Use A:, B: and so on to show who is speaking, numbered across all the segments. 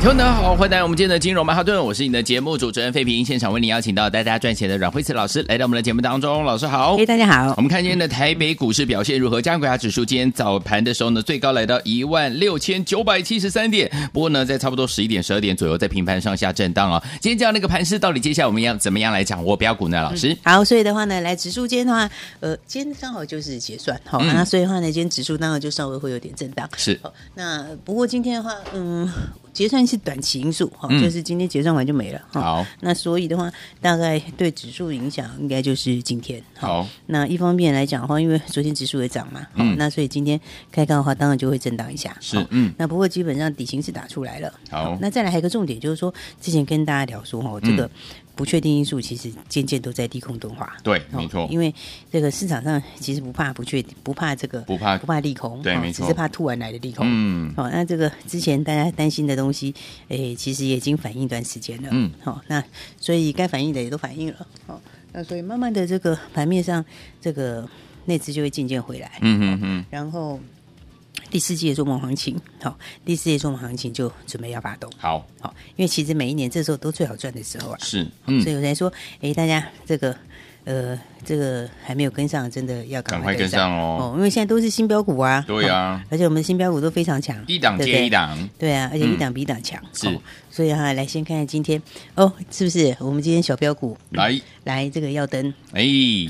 A: 听众朋友们好，欢迎来到我们今天的金融曼哈顿，我是你的节目主持人费平，现场为你邀请到带大家赚钱的阮慧慈老师来到我们的节目当中，老师好
B: 哎、。大家好
A: 我。们看今天的台北股市表现如何？加权指数今天早盘的时候呢，最高来到一万六千九百七十三点，不过呢，在差不多十一点、十二点左右，在平盘上下震荡哦。今天这样的一个盘势，到底接下来我们要怎么样来掌握标股呢？老师，
B: 好，所以的话呢，来指数间的话，呃，今天刚好就是结算，好、
A: 嗯
B: 那所以的话呢，今天指数当然就稍微会有点震荡。
A: 是
B: 好，那不过今天的话，嗯，结算是短期因素，哈、
A: 嗯
B: 就是今天结算完就没了。哈
A: 好
B: 那所以的话，大概对指数影响应该就是今天。哈
A: 好，
B: 那一方面来讲的话，因为昨天指数也涨嘛，
A: 嗯
B: 嗯，那所以今天开高的话，当然就会震荡一下。
A: 是
B: 好
A: 嗯
B: 那不过基本上底型是打出来了。
A: 好嗯
B: 那再来还有一个重点就是说，之前跟大家聊说哦，这个不确定因素其实渐渐都在低空钝化。
A: 对
B: 哦
A: 没错
B: 因为这个市场上其实不怕不确定，不怕这个
A: 不怕
B: 不怕利空，
A: 对
B: 哦
A: 没错
B: 只是怕突然来的利空。
A: 嗯，
B: 好、那这个之前大家担心的东西，诶，其实也已经反映一段时间了。
A: 嗯，
B: 好、那所以该反映的也都反映了。好、那所以慢慢的这个盘面上，这个内资就会渐渐回来。
A: 嗯哼哼，
B: 然后第四季的做梦行情，好、第四季的做梦行情就准备要发动。
A: 好，
B: 好、因为其实每一年这时候都最好赚的时候啊。
A: 是，嗯
B: 所，以我才说，哎，大家这个。呃，这个还没有跟上，真的要赶
A: 赶快
B: 快
A: 跟
B: 跟
A: 上
B: 上
A: 哦
B: 因为现在都是新标股啊，
A: 对啊
B: 哦而且我们的新标股都非常强，
A: 一档
B: 对不对
A: 接一档，
B: 对啊，而且
A: 嗯
B: 一档比一档强、哦
A: 是
B: 所以哈、来先看看今天哦，是不是我们今天小标股
A: 来，
B: 来这个耀登？
A: 哎，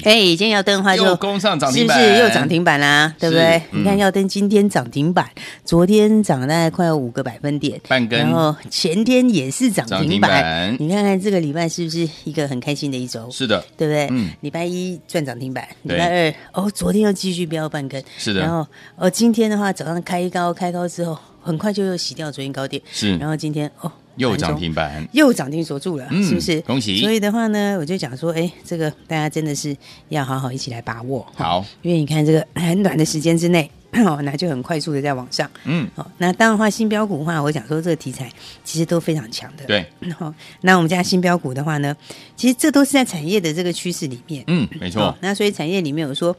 B: 哎，今天耀登的话就
A: 又攻上涨停板
B: 是不是又涨停板啦、对不对？
A: 嗯
B: 你看耀登今天涨停板，昨天涨了大概快要五个百分点，
A: 半根
B: 然后前天也是涨
A: 涨停
B: 停板，
A: 板
B: 你看看这个礼拜是不是一个很开心的一周？
A: 是的，
B: 对不对？
A: 嗯
B: 礼拜一赚涨停板，
A: 对
B: 礼拜二哦，昨天又继续飙半根，
A: 是的
B: 然后哦，今天的话早上开高，开高之后很快就又洗掉昨天高点，
A: 是
B: 然后今天哦
A: 又涨，停板
B: 盘，中又涨停锁住了，
A: 嗯
B: 是不是？
A: 恭喜
B: 所以的话呢，我就讲说，哎，这个大家真的是要好好一起来把握，
A: 好
B: 哦因为你看这个很短的时间之内。 哦，那就很快速的在往上，
A: 嗯，
B: 哦，那当然话，新标股的话，我想说这个题材其实都非常强的，
A: 对，
B: 好，那我们家新标股的话呢，其实这都是在产业的这个趋势里面。
A: 嗯，没错
B: 哦，那所以产业里面有说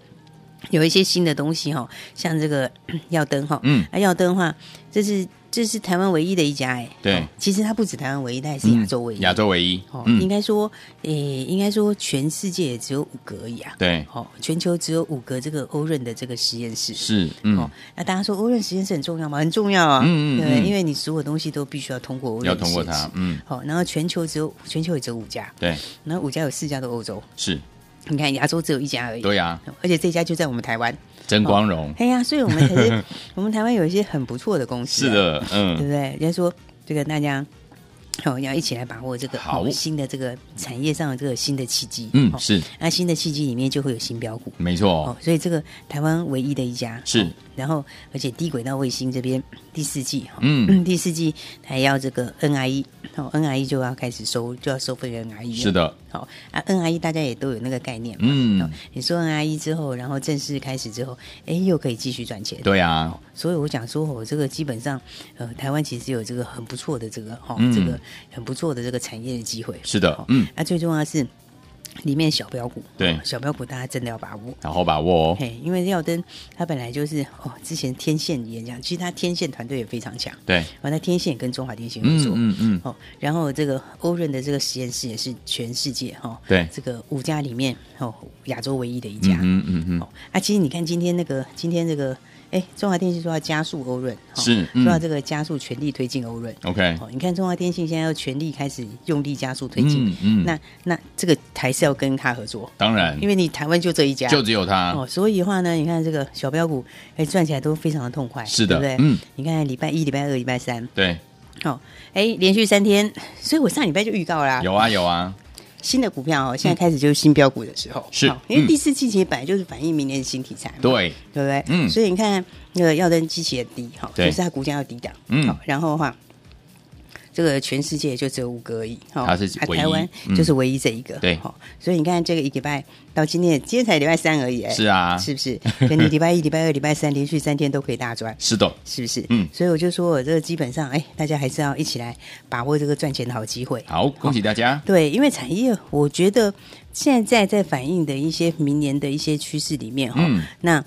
B: 有一些新的东西哈、像这个 耀灯哈、
A: 嗯
B: 啊耀灯的话，这是这是台湾唯一的一家哎。
A: 对嗯
B: 哦其实它不止台湾唯一，它也是亚洲唯一。
A: 亚洲唯一
B: 哦，，
A: 嗯，
B: 应该说，诶、应该说全世界也只有五个而已啊。
A: 对，
B: 哦，全球只有五个这个欧润的这个实验室。
A: 是，
B: 哦
A: 嗯，，
B: 那大家说欧润实验室很重要吗？很重要啊，
A: 嗯嗯
B: 对，
A: 嗯
B: 因为你所有东西都必须要通过欧润，
A: 要通过它，。嗯，
B: 好，哦然后全球只有全球也只有五家，
A: 对，
B: 然后五家有四家都欧洲，
A: 是，
B: 你看亚洲只有一家而已。
A: 对呀，
B: 而且这家就在我们台湾，
A: 真光荣，
B: 哎呀，所以我们才 是我们台湾有一些很不错的公司、啊
A: 是，的，
B: 对
A: 嗯，
B: 不对？人家说这个大家哦要一起来把握这个
A: 好
B: 哦新的这个产业上的这个新的契机，
A: 嗯，
B: 哦
A: 是，
B: 那新的契机里面就会有新标股，
A: 没错
B: 哦，，所以这个台湾唯一的一家
A: 是
B: 哦然后而且低轨道卫星这边第四季哈，
A: 嗯
B: 第四季还要这个 NIE 哦，NIE 就要开始收就要收费的 NIE 了
A: 是，的，
B: 好、啊，NIE 大家也都有那个概念嘛，
A: 嗯
B: 哦你说 NIE 之后，然后正式开始之后，哎，又可以继续赚钱，
A: 对呀，
B: 所以我讲说，我、这个基本上，呃，台湾其实有这个很不错的这个哈、哦
A: 嗯
B: 这个很不错的这个产业的机会，
A: 是的
B: 哦
A: 嗯，
B: 那、最重要的是里面小标股，
A: 对
B: 哦小标股大家真的要把握。
A: 好好把握哦，
B: 嘿，因为耀登他本来就是哦，之前天线演讲，其实他天线团队也非常强。
A: 对，
B: 完了，天线也跟中华电信合
A: 嗯
B: 作，
A: 嗯嗯，
B: 哦，然后这个欧润的这个实验室也是全世界哈、哦，
A: 对
B: 这个五家里面哦，亚洲唯一的一家。
A: 嗯嗯嗯
B: 哦，啊，其实你看今天那个，今天这个，哎，中华电信说要加速欧润，哦
A: 是嗯
B: 说要这个加速全力推进欧润。
A: ，OK，
B: 哦，你看中华电信现在要全力开始用力加速推进，
A: 嗯嗯
B: 那那这个还是要跟他合作，
A: 当然
B: 因，为你台湾就这一家，
A: 就只有他，
B: 哦，所以的话呢，你看这个小标股，哎，赚起来都非常的痛快，
A: 是的
B: 对不对？
A: 嗯，
B: 你看礼拜一、礼拜二、礼拜三，
A: 对，
B: 哦，哎，连续三天，所以我上礼拜就预告啦，
A: 有啊有啊，
B: 新的股票哦，现在开始就是新标股的时候，
A: 是
B: 好因为
A: 嗯
B: 第四季其实本来就是反映明年的新题材嘛，
A: 对，
B: 对不对？
A: 嗯
B: 所以你看那个耀登基期也低哈，
A: 对
B: 就是它股价要低档，
A: 嗯
B: 好，然后的话。这个全世界就只有五个而已，哦
A: 它是
B: 啊
A: 唯一
B: 台湾
A: 嗯
B: 就是唯一这一个，
A: 对
B: 哦，所以你看这个一礼拜到今天，今天才礼拜三而已，哎
A: 是啊
B: 是不是？所以你礼拜一、礼拜二、礼拜三连续三天都可以大赚，
A: 是的，
B: 是不是？
A: 嗯
B: 所以我就说我这个基本上，哎，大家还是要一起来把握这个赚钱的好机会。
A: 好，恭喜大家，
B: 对，因为产业，我觉得现在在反映的一些明年的一些趋势里面哈、
A: 嗯
B: 那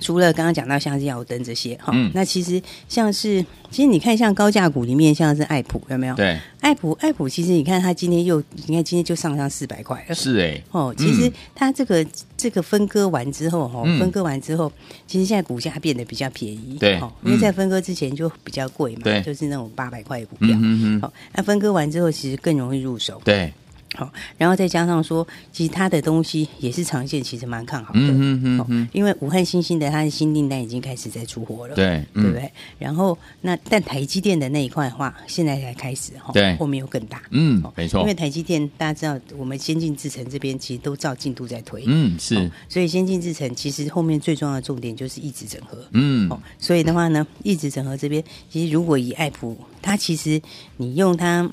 B: 除了刚刚讲到像是耀灯这些哈、
A: 嗯
B: 那其实像是，其实你看像高价股里面像是爱普有没有？，
A: 对，
B: 爱普爱普其实你看它今天又，你看今天就上上四百块了。
A: 是哎，
B: 哦，其实
A: 嗯
B: 它这个、这个分割完之后，哈、
A: 嗯
B: 分割完之后，其实现在股价变得比较便宜，
A: 对
B: 哦，因为
A: 嗯
B: 在分割之前就比较贵嘛，
A: 对
B: 就是那种八百块的股票，
A: 嗯哼哼，
B: 好，那分割完之后，其实更容易入手。
A: 对，
B: 好，然后再加上说，其实它的东西也是长线其实蛮看好的。
A: 嗯哼
B: 哦
A: 哼哼，
B: 因为武汉新兴的它的新订单已经开始在出货了，
A: 对，
B: 对不
A: 嗯
B: 对？然后那但台积电的那一块的话，现在才开始哈，
A: 对
B: 后面又更大。哦
A: 嗯，没
B: 因
A: 错
B: 为，台积电大家知道，我们先进制程这边其实都照进度在推，
A: 嗯是
B: 哦，所以先进制程其实后面最重要的重点就是一直整合，
A: 嗯
B: 哦，所以的话呢，一直整合这边，其实如果以爱普，它其实你用它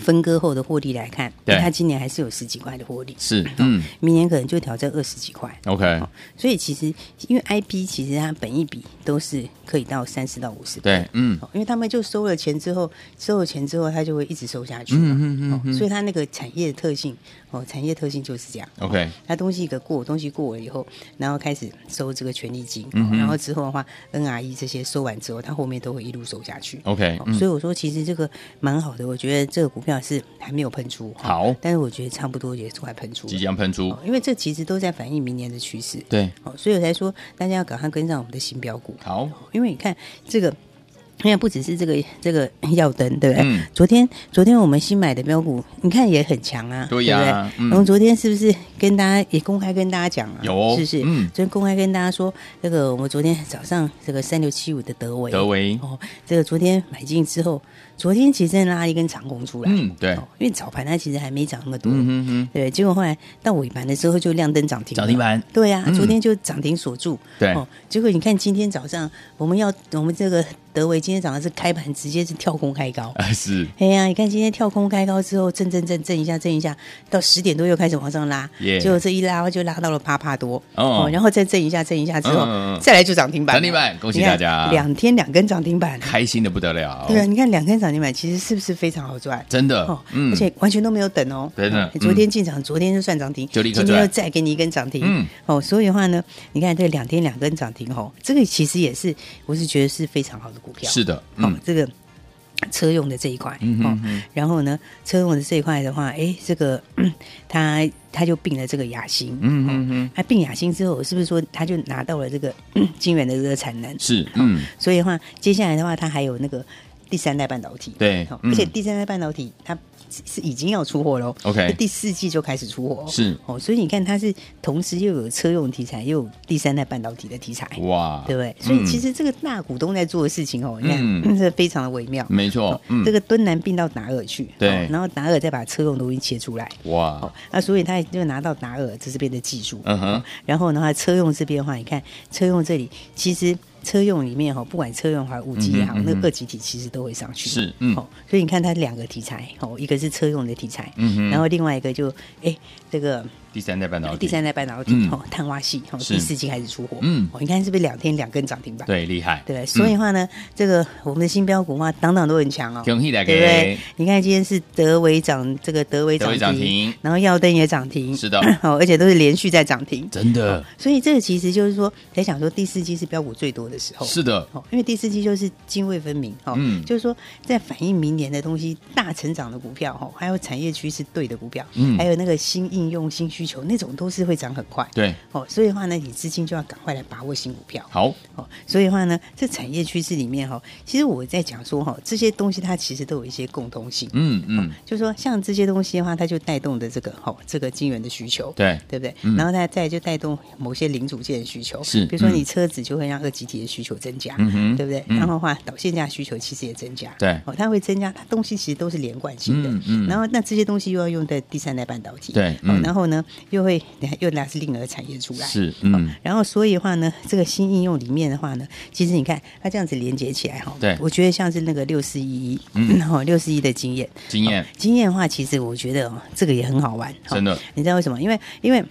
B: 分割后的获利来看，
A: 对
B: 它今年还是有十几块的获利，哦
A: 是，嗯
B: 明年可能就挑战二十几块。
A: ，OK，
B: 所以其实因为 IP 其实它本益比都是可以到三十到五十，
A: 对，嗯
B: 哦，因为他们就收了钱之后，收了钱之后，它就会一直收下去嘛，
A: 嗯嗯嗯嗯
B: 哦，所以它那个产业特性，哦，产业特性就是这样。
A: ，OK，
B: 它东西一个过，东西过了以后，然后开始收这个权利金，哦
A: 嗯哼
B: 然后之后的话，NRE 这些收完之后，它后面都会一路收下去。
A: OK，
B: 哦
A: 嗯
B: 所以我说，其实这个蛮好的，我觉得这个股票是还没有喷出，哦
A: 好
B: 但是我觉得差不多也是快喷出了，
A: 即将喷出
B: 哦，因为这其实都在反映明年的趋势。
A: 对，
B: 哦，所以我才说大家要赶快跟上我们的新标股，
A: 好，
B: 因为你看这个。因为不只是这个这个 耀灯，对不对？
A: 嗯
B: 昨天昨天我们新买的标股，你看也很强啊，
A: 对呀
B: 不对？
A: 嗯
B: 然后昨天是不是跟大家也公开跟大家讲啊？
A: 有哦
B: 是不是？
A: 嗯
B: 昨天公开跟大家说，这个我们昨天早上这个三六七五的德维，
A: 德维，
B: 哦，这个昨天买进之后，昨天其实真的拉一根长红出来，
A: 嗯对
B: 哦，因为早盘它其实还没涨那么多，
A: 嗯哼哼，
B: 对，结果后来到尾盘的时候就亮灯涨停，
A: 涨停。板，
B: 对呀、啊，
A: 嗯
B: 昨天就涨停锁住。哦
A: 对，
B: 结果你看今天早上，我们要我们这个德维今天早上是开盘直接是跳空开高。
A: 啊是，
B: 哎呀，你看今天跳空开高之后，震震震震一下，震一下，到十点多又开始往上拉，
A: 耶
B: 结果这一拉就拉到了八帕多，
A: 哦
B: 然后再震一下，震一下之后，
A: 嗯嗯嗯
B: 再来就涨停板了，
A: 涨停板恭喜
B: 你看
A: 大家
B: 两天两根涨停板，
A: 开心的不得了，
B: 对啊，你看两根涨停板其实是不是非常好赚？
A: 真的
B: 哦，，
A: 嗯
B: 而，且完全都没有等哦，
A: 真的
B: 哦
A: 嗯
B: 昨天进场，昨天就算涨停，
A: 就立刻
B: 今天
A: 赚
B: 又再给你一根涨停，
A: 嗯，
B: 哦，所以的话呢，你看这两天两根涨停哦，这个其实也是，我是觉得是非常好的股票，
A: 是的，
B: 哦
A: 嗯，，
B: 这个车用的这一块，
A: 嗯
B: 哦
A: 哼，哼
B: 然后呢，车用的这一块的话，哎，这个 嗯他他就并了这个雅兴，
A: 嗯嗯嗯，
B: 他并雅兴之后，是不是说他就拿到了这个 嗯晶圆的这个产能？
A: 是，嗯，
B: 所以的话，接下来的话，它还有那个第三代半导体，
A: 对
B: 好
A: 嗯
B: 而且第三代半导体它是是已经要出货喽
A: OK
B: 就第四季就开始出货哦，
A: 是
B: 哦，所以你看它是同时又有车用题材，又有第三代半导体的题材，
A: 哇，
B: 对不对？所以
A: 嗯
B: 其实这个大股东在做的事情哦，你看、
A: 嗯
B: 嗯、这非常的微妙。
A: 没错
B: 哦，
A: 嗯，
B: 这个敦南并到达尔去，
A: 对
B: 哦然后达尔再把车用东西切出来，
A: 哇，
B: 那所以他就拿到达尔这边的技术，
A: 嗯哼，
B: 然后呢，它车用这边的话，你看车用这里，其实车用里面哈，不管车用还是五 G 也好，
A: 嗯哼嗯
B: 那
A: 哼
B: 个二级体其实都会上去。
A: 是嗯
B: 哦，所以你看它两个题材，哦，一个是车用的题材，
A: 嗯哼
B: 然后另外一个就哎这个
A: 第三代半导体，
B: 第三代半导体
A: 嗯
B: 哦，碳化系哦，
A: 是
B: 第四季开始出货，
A: 嗯
B: 哦，你看是不是两天两根涨停板？。
A: 对厉害，
B: 对不对，所以的
A: 嗯
B: 话呢，这个我们的新标股的话，档档都很强哦，
A: 恭喜大家
B: 对不对？你看今天是德维涨，这个德维
A: 德
B: 涨
A: 维涨
B: 停，
A: 停
B: 然后耀登也涨停，
A: 是的
B: 哦，而且都是连续在涨停，
A: 真的
B: 所以这个其实就是说，才想说第四季是标股最多的时候。
A: 是的，
B: 哦，因为第四季就是泾渭分明哦，
A: 嗯
B: 就是说在反映明年的东西，大成长的股票哦，还有产业趋势对的股票，
A: 嗯
B: 还有那个新应用、新需求那种都是会涨很快。
A: 对，
B: 哦，所以的话呢，你资金就要赶快来把握新股票。
A: 好，
B: 哦，所以的话呢，这产业趋势里面哈、哦，其实我在讲说哈、哦，这些东西它其实都有一些共通性，
A: 嗯嗯，
B: 就是说像这些东西的话，它就带动的这个哦，这个晶圆的需求，
A: 对
B: 对不对？
A: 嗯
B: 然后它再就带动某些零组件的需求，
A: 是
B: 比如说
A: 嗯
B: 你车子就会让二级体的需求增加，
A: 嗯哼
B: 对不对？
A: 嗯
B: 然后的话导线架需求其实也增加，
A: 对
B: 哦，它会增加，它东西其实都是连贯性的，
A: 嗯嗯
B: 然后那这些东西又要用在第三代半导体，
A: 对
B: 哦
A: 嗯
B: 然后呢，又会等下又拉是另外一个产业出来。
A: 是嗯
B: 哦然后所以的话呢，这个新应用里面的话呢，其实你看它这样子连接起来哈，
A: 对
B: 我觉得像是那个六四一一，
A: 嗯
B: 嗯，哈，六四一的经验，
A: 经验
B: 哦经验的话，其实我觉得哦，这个也很好玩，哦
A: 真的，
B: 你知道为什么？因为因为。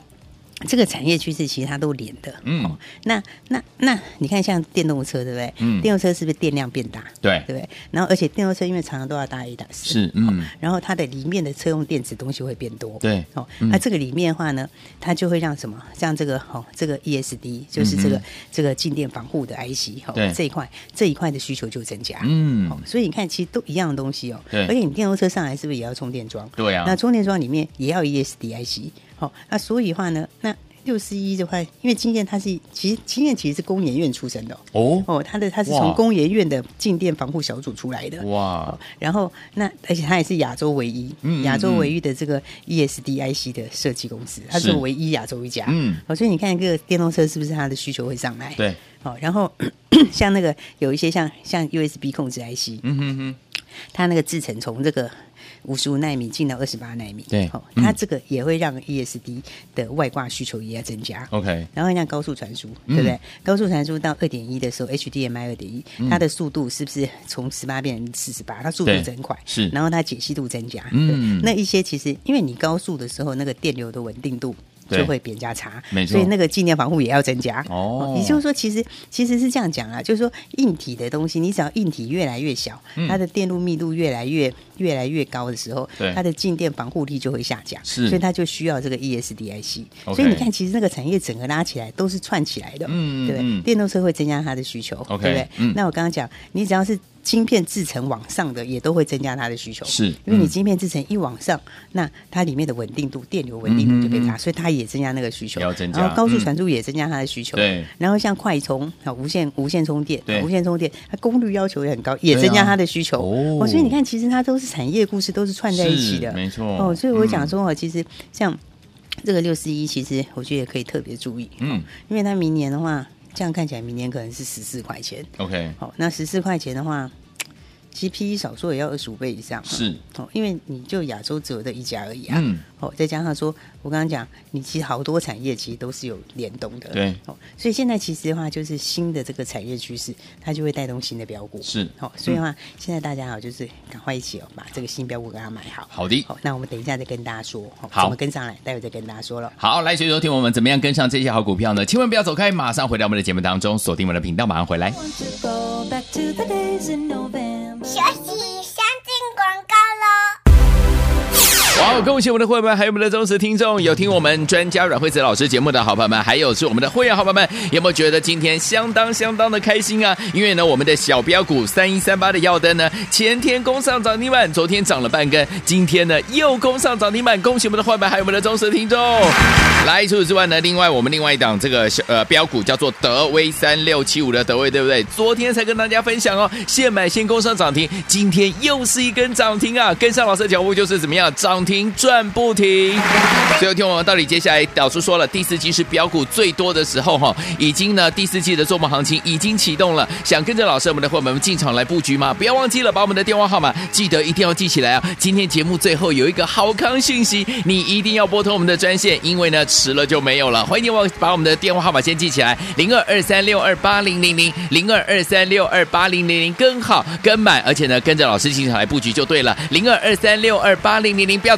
B: 这个产业趋势其实它都连的，
A: 嗯，
B: 那那那你看像电动车对不对？
A: 嗯
B: 电动车是不是电量变大？
A: 对
B: 对不对？然后而且电动车因为常常都要搭一搭四，
A: 是嗯
B: 然后它的里面的车用电子东西会变多，
A: 对
B: 哦，
A: 嗯
B: 那、这个里面的话呢，它就会让什么，像这个哦，这个 ESD 就是这个、
A: 嗯
B: 这个静电防护的 IC 哦
A: 对，
B: 这一块这一块的需求就增加，
A: 嗯
B: 哦，所以你看其实都一样的东西哦，
A: 对
B: 而且你电动车上来是不是也要充电桩？
A: 对啊
B: 那充电桩里面也要 ESD IC，好、哦那所以的话呢，那。六四一的话，因为经验它是其实经验其实是工研院出身的哦，
A: 哦
B: 哦，他的他是
A: 哇
B: 从工研院的静电防护小组出来的，
A: 哇
B: 哦，然后那而且他也是亚洲唯一
A: 嗯嗯，
B: 亚洲唯一的这个 E ESDIC 的设计公司，它
A: 是
B: 是唯一亚洲一家，
A: 嗯
B: 哦，所以你看这个电动车是不是它的需求会上来？
A: 对，
B: 哦，然后 像那个有一些像像 USB 控制 IC，
A: 嗯哼哼，
B: 它那个制程从这个五十五纳米进到二十八纳米，
A: 对
B: 哦，
A: 嗯
B: 它这个也会让 ESD 的外挂需求也要增加。
A: OK
B: 然后像高速传输，
A: 嗯
B: 对不对？高速传输到二点一的时候，HDMI 二点一，
A: 嗯
B: 它的速度是不是从十八变成四十八？它速度
A: 对
B: 真快，
A: 是
B: 然后它解析度增加，
A: 嗯
B: 对那一些其实因为你高速的时候，那个电流的稳定度。
A: 对
B: 就会比人家差，
A: 没错
B: 所以那个静电防护也要增加。
A: 哦
B: 也就是说，其实其实是这样讲啊，就是说硬体的东西，你只要硬体越来越小，
A: 嗯
B: 它的电路密度越来越越来越高的时候
A: 对，
B: 它的静电防护力就会下降，
A: 是
B: 所以它就需要这个 E ESDIC。
A: OK
B: 所以你看，其实那个产业整个拉起来都是串起来的，
A: 嗯
B: 对不
A: 嗯
B: 对？电动车会增加它的需求
A: OK，
B: 对不对？
A: 嗯
B: 那我刚刚讲，你只要是晶片制成往上的，也都会增加它的需求，
A: 是
B: 因为你
A: 嗯
B: 晶片制成一往上，那它里面的稳定度、电流稳定度就
A: 嗯
B: 变
A: 嗯
B: 差，所以它也增加那个需求，
A: 也要增加
B: 然后高速
A: 嗯
B: 传输也增加它的需求，
A: 对
B: 然后像快充啊，无线无线充电
A: 对，
B: 无线充电，它功率要求也很高，也
A: 对啊
B: 增加它的需求。
A: 哦
B: 所以你看，其实它都是产业故事，都是串在一起的
A: 是，没错
B: 哦，所以我讲
A: 嗯
B: 说哦，其实像这个六四一，其实我觉得也可以特别注意，
A: 嗯
B: 因为它明年的话，这样看起来明年可能是十四块钱。
A: OK
B: 好、那十四块钱的话，其实 PE 少说也要二十五倍以上。
A: 是
B: 哦，因为你就亚洲只有这一家而已啊。
A: 嗯
B: 哦，再加上说，我刚刚讲，你其实好多产业其实都是有联动的。
A: 对
B: 哦，所以现在其实的话，就是新的这个产业趋势，它就会带动新的标股。
A: 是嗯
B: 哦，所以的话，现在大家好，就是赶快一起哦，把这个新标股给它买好。
A: 好的。
B: 好，那我们等一下再跟大家说，哦
A: 好
B: 怎么跟上来，待会再跟大家说了。
A: 好，来，所以说听我们怎么样跟上这些好股票呢？千万不要走开，马上回到我们的节目当中，锁定我们的频道，马上回来。
C: want to go back to the days in November.
D: 学习先进广告喽。
A: 哇，恭喜我们的会员们，还有我们的忠实听众，有听我们专家阮慧子老师节目的好朋友们，还有是我们的会员好朋友们，有没有觉得今天相当相当的开心啊？因为呢，我们的小标股三一三八的耀灯呢，前天攻上涨停板，昨天涨了半根，今天呢又攻上涨停板，恭喜我们的会员们，还有我们的忠实听众。来，除此之外呢，另外我们另外一档这个小呃标股叫做德威三六七五的德威，对不对？昨天才跟大家分享哦，现买现攻上涨停，今天又是一根涨停啊！跟上老师的脚步就是怎么样，涨停啊赚不停。所以听我们到底接下来导叔说了，第四季是标股最多的时候哈、已经呢第四季的做梦行情已经启动了，想跟着老师我们的伙伴们进场来布局吗？不要忘记了把我们的电话号码记得一定要记起来啊！今天节目最后有一个好康讯息，你一定要拨通我们的专线，因为呢迟了就没有了。欢迎你忘把我们的电话号码先记起来，零二二三六二八零零零零二二三六二八零零零更好更满，而且呢跟着老师进场来布局就对了，零二二三六二八零零零不要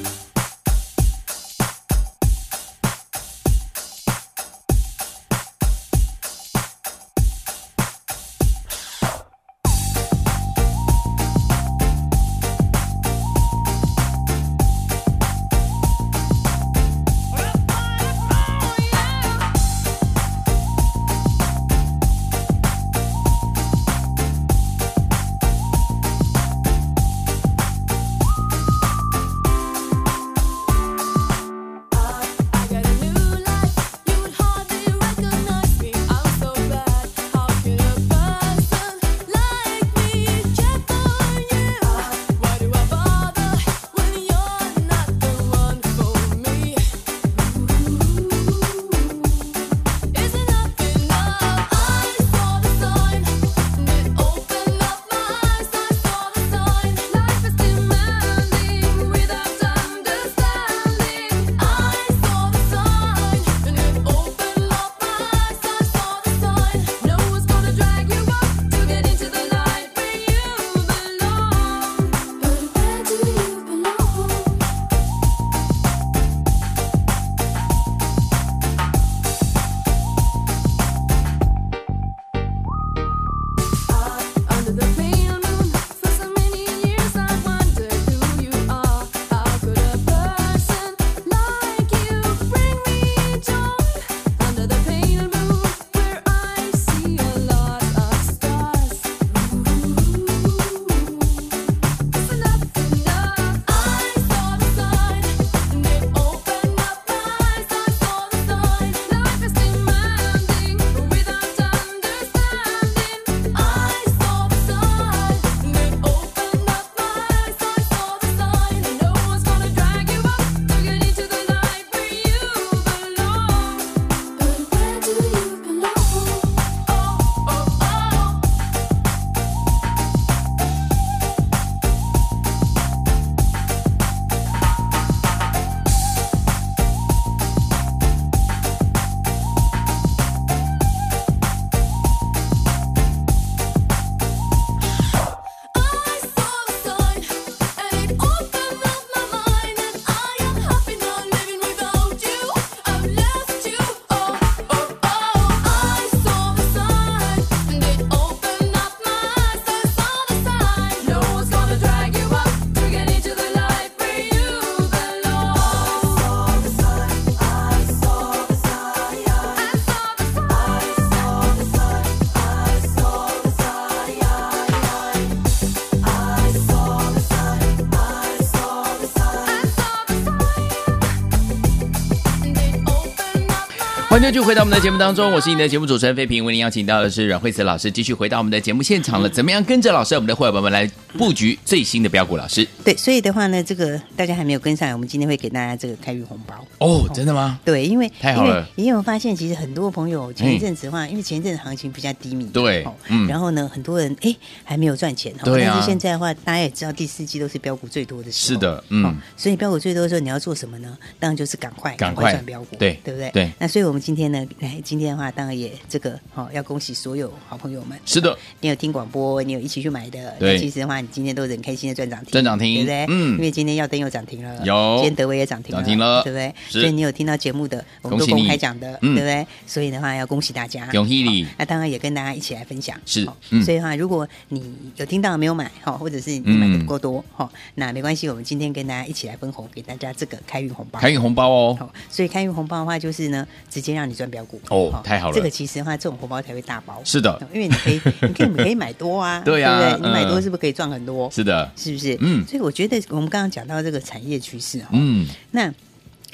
E: 欢迎继续回到我们的节目当中，我是你的节目主持人费平，为您邀请到的是阮慧慈老师，继续回到我们的节目现场了。怎么样跟着老师，我们的会员朋友们来布局最新的标股？老师
B: 对，所以的话呢，这个大家还没有跟上来，我们今天会给大家这个开运红包。
E: 哦，真的吗？
B: 对，因为
E: 太好
B: 因
E: 了嗯
B: 为也有发现，其实很多朋友前一阵子的话，因为前一阵子行情比较低迷，
E: 对
B: 哦
E: 嗯
B: 然后呢，很多人哎还没有赚钱，哦
E: 对啊
B: 但是现在的话，大家也知道第四季都是标股最多的时候，
E: 是的，嗯，
B: 所以标股最多的时候，你要做什么呢？当然就是赶快
E: 赶快
B: 赚标股，
E: 对
B: 对不对？
E: 对
B: 那所以我们今天呢，来今天的话，当然也这个好、哦、要恭喜所有好朋友们。哦
E: 是的，
B: 你有听广播，你有一起去买的，
E: 对
B: 那其实的话，你今天都是很开心的赚涨停，
E: 赚涨停
B: 对不对？
E: 嗯
B: 因为今天耀登又涨停了，
E: 有
B: 今天德威也涨停了，
E: 涨停了
B: 对不对？
E: 是
B: 所以你有听到节目的，我们
E: 恭
B: 都
E: 喜你
B: 公开讲的，
E: 嗯
B: 对不对？所以的话，要恭喜大家，
E: 恭喜你
B: 好那当然也跟大家一起来分享，
E: 是
B: 好
E: 嗯
B: 所以的话，如果你有听到没有买哈，或者是你买的
E: 嗯
B: 不够多哈，那没关系，我们今天跟大家一起来分红，给大家这个开运红包，
E: 开运红包哦，
B: 好，所以开运红包的话，就是呢，直接让你赚标股
E: 哦太好了
B: 这个其实的话，这种红包才会大包。
E: 是的
B: 因为你可以，你可以，你可以买多啊，
E: 对啊
B: 对不对？你买多
E: 嗯
B: 是不是可以赚很多？
E: 是的，
B: 是不是？
E: 嗯
B: 所以我觉得我们刚刚讲到这个产业趋势哈，
E: 嗯，
B: 那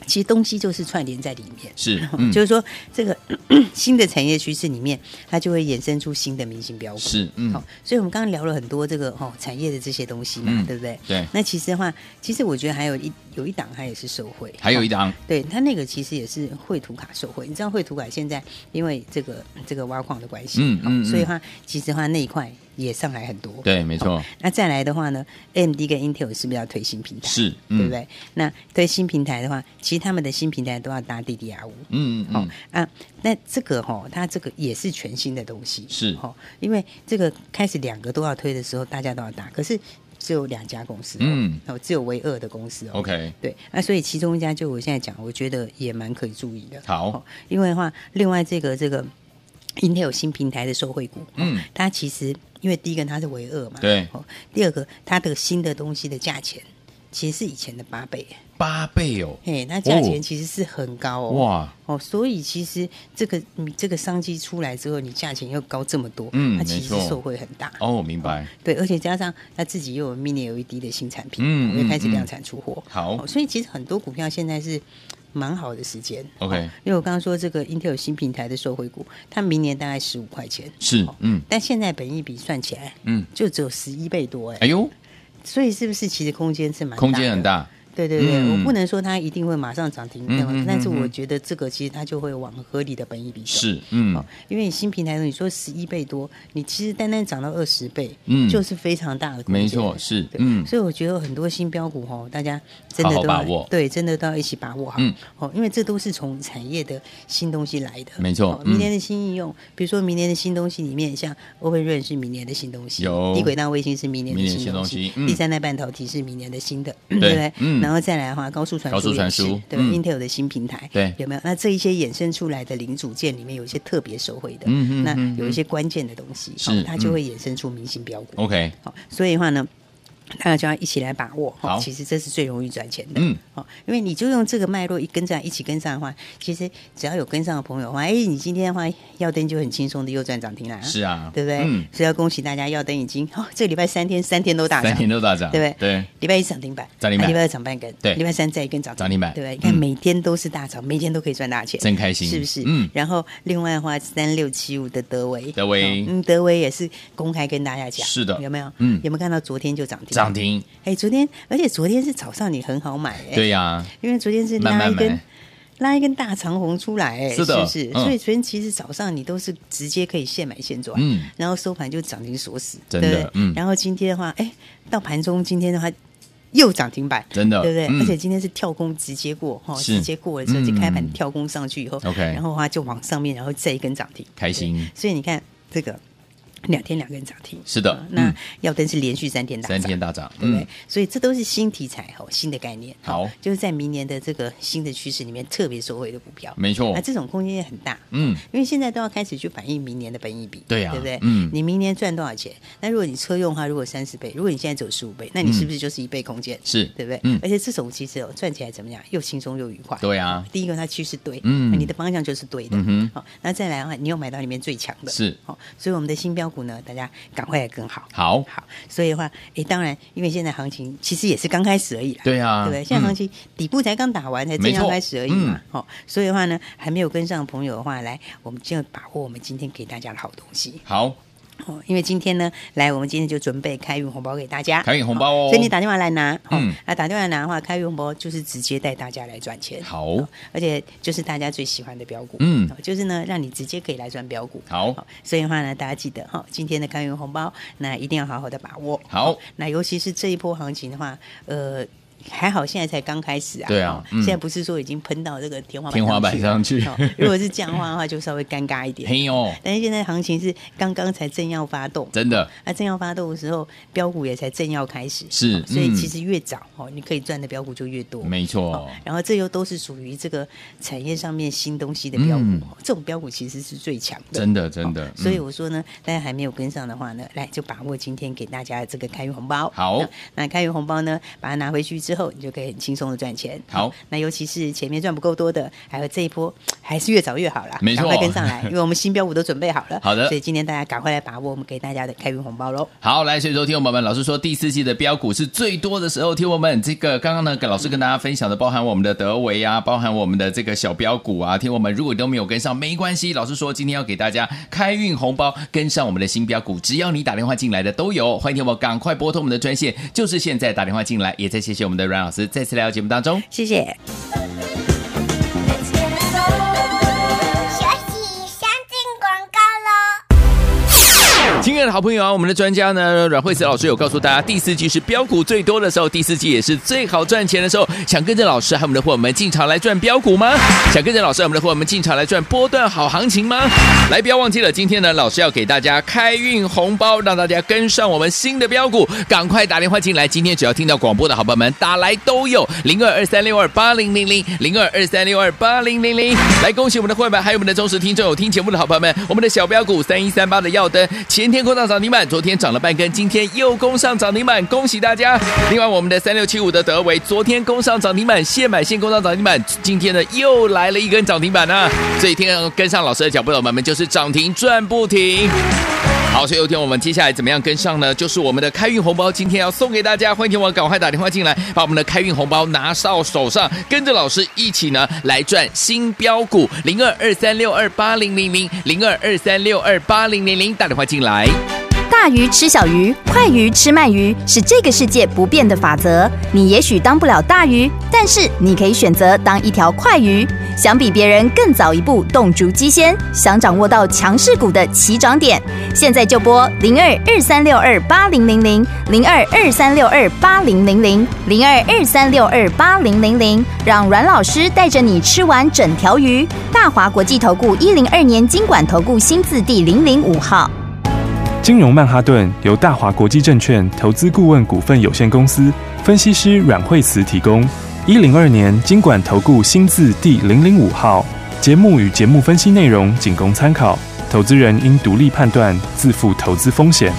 B: 其实东西就是串联在里面。
A: 是，嗯，
B: 就是说，这个 新的产业趋势里面，它就会衍生出新的明星标股。
A: 是，嗯
B: 好、，所以我们刚刚聊了很多这个哦产业的这些东西嘛，
A: 嗯
B: 对不对？
A: 对，
B: 那其实的话，其实我觉得还有一有一档它也是受惠，
A: 还有一
B: 档、
A: 档
B: 对它那个其实也是绘图卡受惠。你知道绘图卡现在因为这个这个挖矿的关系，
A: 嗯
B: 好
A: 嗯嗯
B: 所以的话其实的话那一块也上来很多。，
A: 对，没错，
B: 那再来的话呢，AMD 跟 Intel 是不是要推新平台？
A: 是，嗯
B: 对不？对？那推新平台的话，其实他们的新平台都要搭 DDR 五。
A: 嗯嗯
B: 好、
A: 嗯，
B: 啊，那这个哈、它这个也是全新的东西，
A: 是
B: 哈、因为这个开始两个都要推的时候，大家都要打，可是只有两家公司、哦，
A: 嗯，
B: 哦，只有唯二的公司哦
A: OK，
B: 对，那、所以其中一家就我现在讲，我觉得也蛮可以注意的，
A: 好
B: 哦，因为的话，另外这个这个 Intel 新平台的受惠股，
A: 嗯
B: 哦，它其实因为第一个它是唯二嘛，
A: 对
B: 哦，第二个它的新的东西的价钱其实是以前的八倍，
A: 八倍哦，
B: 嘿，那价
A: 哦
B: 钱其实是很高哦
A: 哇，
B: 哦，所以其实这个你这个商机出来之后，你价钱又高这么多，
A: 嗯
B: 它其实
A: 没错
B: 受惠很大。
A: 哦，明白，
B: 对，而且加上它自己又有 Mini LED 的新产品，
A: 嗯
B: 我也开始
A: 嗯
B: 量
A: 嗯
B: 产出货。
A: 好
B: 哦所以其实很多股票现在是蛮好的时间。
A: ，OK，
B: 因为我刚刚说这个 Intel 新平台的收回股，它明年大概十五块钱，
A: 是
B: 哦，
A: 嗯
B: 但现在本益比算起来
A: 嗯，
B: 就只有十一倍多哎、
A: 哎呦，
B: 所以是不是其实空间是蛮
A: 空间
B: 的
A: 很大，
B: 对对对，
A: 嗯
B: 我不能说它一定会马上涨停，
A: 嗯
B: 对吧
A: 嗯嗯
B: 但是我
A: 嗯
B: 觉得这个其实它就会往合理的本益比走。
A: 是，嗯
B: 哦，因为你新平台你说十一倍多，你其实单单涨到二十倍，
A: 嗯
B: 就是非常大的空间
A: 没错，是，
B: 对
A: 嗯，
B: 所以我觉得很多新标股哦，大家真的
A: 好好
B: 都要
A: 把握
B: 对，真的都要一起把握好。
A: 嗯
B: 哦，因为这都是从产业的新东西来的，
A: 没错
B: 哦
A: 嗯
B: 明年的新应用，比如说明年的新东西里面，像 Open r a n 是明年的新东西，
A: 有
B: 低轨道卫星是明年的
A: 明年
B: 新
A: 东
B: 东
A: 西
B: 西，
A: 嗯
B: 第三代半导体是明年的新的，对不对？
A: 嗯
B: 然后再来的话，高速传
A: 高速
B: 输
A: 传
B: 也是
A: 输
B: 对吧
A: 嗯
B: ？Intel 的新平台，
A: 对
B: 有没有？那这一些衍生出来的零组件里面，有一些特别受惠的，
A: 嗯嗯
B: 那
A: 嗯
B: 有一些关键的东西，
A: 是
B: 哦它就
A: 嗯
B: 会衍生出明星标股。
A: ，OK，
B: 好，所以的话呢，大家就要一起来把握。哦
A: 好
B: 其实这是最容易赚钱的。
A: 嗯，
B: 好，因为你就用这个脉络一跟上，一起跟上的话，其实只要有跟上的朋友的话，哎，你今天的话耀灯就很轻松的又赚涨停啦。
A: 是。啊，
B: 对不对？
A: 嗯，
B: 所以要恭喜大家，耀灯已经哦，这个礼拜三天三天都大涨
A: 三，天都大涨，
B: 对不对
A: 对，
B: 礼拜一涨停板，
A: 涨停板
B: 啊礼拜二涨半根，
A: 对
B: 礼拜三再一根涨
A: 涨停板
B: 对不对？你看
A: 嗯
B: 每天都是大涨，每天都可以赚大钱，
A: 真开心，
B: 是不是？
A: 嗯，
B: 然后另外的话，三六七五的德维，
A: 德维
B: 嗯，德维也是公开跟大家讲，
A: 是的
B: 有没有？
A: 嗯
B: 有没有看到昨天就涨停？
A: 涨。停，
B: 哎，昨天，而且昨天是早上你很好买，哎，
A: 对呀，
B: 因为昨天是
A: 慢
B: 拉
A: 慢
B: 一根
A: 买。
B: 拉一根大长红出来、哎
A: 是的
B: 是不是？
A: 嗯
B: 所以昨天其实早上你都是直接可以现买现赚，
A: 嗯
B: 然后收盘就涨停锁死，
A: 真的
B: 对不对
A: 嗯
B: 然后今天的话，哎，到盘中今天的话又涨停板，
A: 真的
B: 对不对？
A: 嗯
B: 而且今天是跳空直接过哈，
A: 是
B: 直接过了之后就
A: 嗯
B: 开盘跳空上去以后
A: OK
B: 然后的话就往上面，然后再一根涨停，
A: 开心，
B: 所以你看这个两天两根涨停，
A: 是的
B: 啊那
A: 嗯
B: 耀灯是连续三天大涨，
A: 三天大涨，
B: 对不对？
A: 嗯，
B: 所以这都是新题材哦，新的概念。
A: 好
B: 哦就是在明年的这个新的趋势里面特别受惠的股票。
A: 没错
B: 那，这种空间也很大。
A: 嗯，
B: 因为现在都要开始去反映明年的本益比，
A: 对呀
B: 对不对？
A: 嗯
B: 你明年赚多少钱？那如果你车用的话，如果三十倍，如果你现在走十五倍，那你是不是就是一倍空间？
A: 嗯是
B: 对不对？
A: 嗯
B: 而且这种其实哦，赚起来怎么样？又轻松又愉快。
A: 对呀
B: 第一个它趋势对，
A: 嗯
B: 那你的方向就是对的。
A: 嗯哼
B: 好，那再来的话，你又买到里面最强的，
A: 是
B: 好，所以我们的新标股呢，大家赶快来跟好。
A: 好，
B: 好，所以的话，诶，当然，因为现在行情其实也是刚开始而已啦，
A: 对啊
B: 对不对？现
A: 嗯
B: 在行情底部才刚打完，才正
A: 没
B: 要
A: 错嗯
B: 开始而已嘛，哦，所以的话呢，还没有跟上的朋友的话，来，我们就要把握我们今天给大家的好东西
A: 嗯好，
B: 哦，因为今天呢，来，我们今天就准备开运红包给大家，
A: 开运红包哦
B: 所以你打电话来拿，哦
A: 嗯，
B: 那、打电话来拿的话，开运红包就是直接带大家来赚钱，
A: 好，
B: 哦而且就是大家最喜欢的标股，
A: 嗯
B: 哦就是呢，让你直接可以来赚标股，
A: 好，
B: 所以的话呢，大家记得哈、今天的开源红包，那一定要好好的把握。
A: 好
B: 哦那尤其是这一波行情的话，呃。还好，现在才刚开始啊！
A: 对啊
B: 哦
A: 嗯
B: 现在不是说已经喷到这个天花板
A: 天花板上去
B: 去了哦如果是这样的话的话，就稍微尴尬一点。
A: 嘿哟，
B: 但是现在行情是刚刚才正要发动，
A: 真的
B: 那正要发动的时候，标股也才正要开始，
A: 是
B: 哦所以
A: 嗯
B: 其实越早哦，你可以赚的标股就越多。
A: 没错
B: 哦，然后这又都是属于这个产业上面新东西的标股，
A: 嗯
B: 哦这种标股其实是最强的，
A: 真的真的
B: 哦所以
A: 嗯
B: 我说呢，大家还没有跟上的话呢，来就把握今天给大家的这个开运红包。
A: 好
B: 那，那开运红包呢，把它拿回去之后，你就可以很轻松的赚钱。
A: 好
B: 那尤其是前面赚不够多的，还有这一波 还是越早越好啦，
A: 没错
B: 赶快跟上来，因为我们新标股都准备好了。
A: 好的
B: 所以今天大家赶快来把握我们给大家的开运红包喽。
A: 好，来，所以说，听众朋友们，老师说第四季的标股是最多的时候，听众朋友们，这个刚刚呢，老师跟大家分享的，包含我们的德维啊，包含我们的这个小标股啊，听众朋友们，如果你都没有跟上，没关系，老师说今天要给大家开运红包，跟上我们的新标股，只要你打电话进来的都有，欢迎听我赶快拨通我们的专线，就是现在打电话进来，也再谢谢我们的阮老师再次来到节目当中。
B: 谢谢。
D: 学习先进广告喽。
A: 亲爱的好朋友啊，我们的专家呢阮慧慈老师有告诉大家，第四季是标股最多的时候，第四季也是最好赚钱的时候。想跟着老师和我们的伙伴们进场来赚标股吗？想跟着老师和我们的伙伴们进场来赚波段好行情吗？来，不要忘记了，今天呢，老师要给大家开运红包，让大家跟上我们新的标股，赶快打电话进来。今天只要听到广播的好朋友们打来都有零二二三六二八零零零零二二三六二八零零零。来，恭喜我们的伙伴，还有我们的忠实听众，有听节目的好朋友们，我们的小标股三一三八的耀灯，前天攻上涨停板，昨天涨了半根，今天又攻上涨停板，恭喜大家！另外，我们的三六七五的德维，昨天攻上涨停板，现买现攻上涨停板，今天呢又来了一根涨停板啊！所以，天要跟上老师的脚步的伙伴们，就是涨停赚不停。好，所以有天我们接下来怎么样跟上呢？就是我们的开运红包，今天要送给大家，欢迎听我赶快打电话进来，把我们的开运红包拿到手上，跟着老师一起呢来赚新标股零二二三六二八零零零零二二三六二八零零零，打电话进来。
F: 大鱼吃小鱼，快鱼吃慢鱼，是这个世界不变的法则。你也许当不了大鱼，但是你可以选择当一条快鱼。想比别人更早一步动足机先，想掌握到强势股的起涨点，现在就拨零二二三六二八零零零零二二三六二八零零零零二二三六二八零零零，让阮老师带着你吃完整条鱼。大华国际投顾一零二年经管投顾新字第零零五号。
G: 金融曼哈顿由大华国际证券投资顾问股份有限公司分析师阮惠慈提供。一零二年经管投顾新字第零零五号。节目与节目分析内容仅供参考，投资人应独立判断，自负投资风险。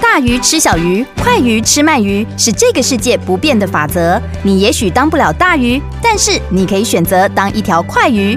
F: 大鱼吃小鱼，快鱼吃慢鱼，是这个世界不变的法则。你也许当不了大鱼，但是你可以选择当一条快鱼。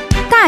F: 大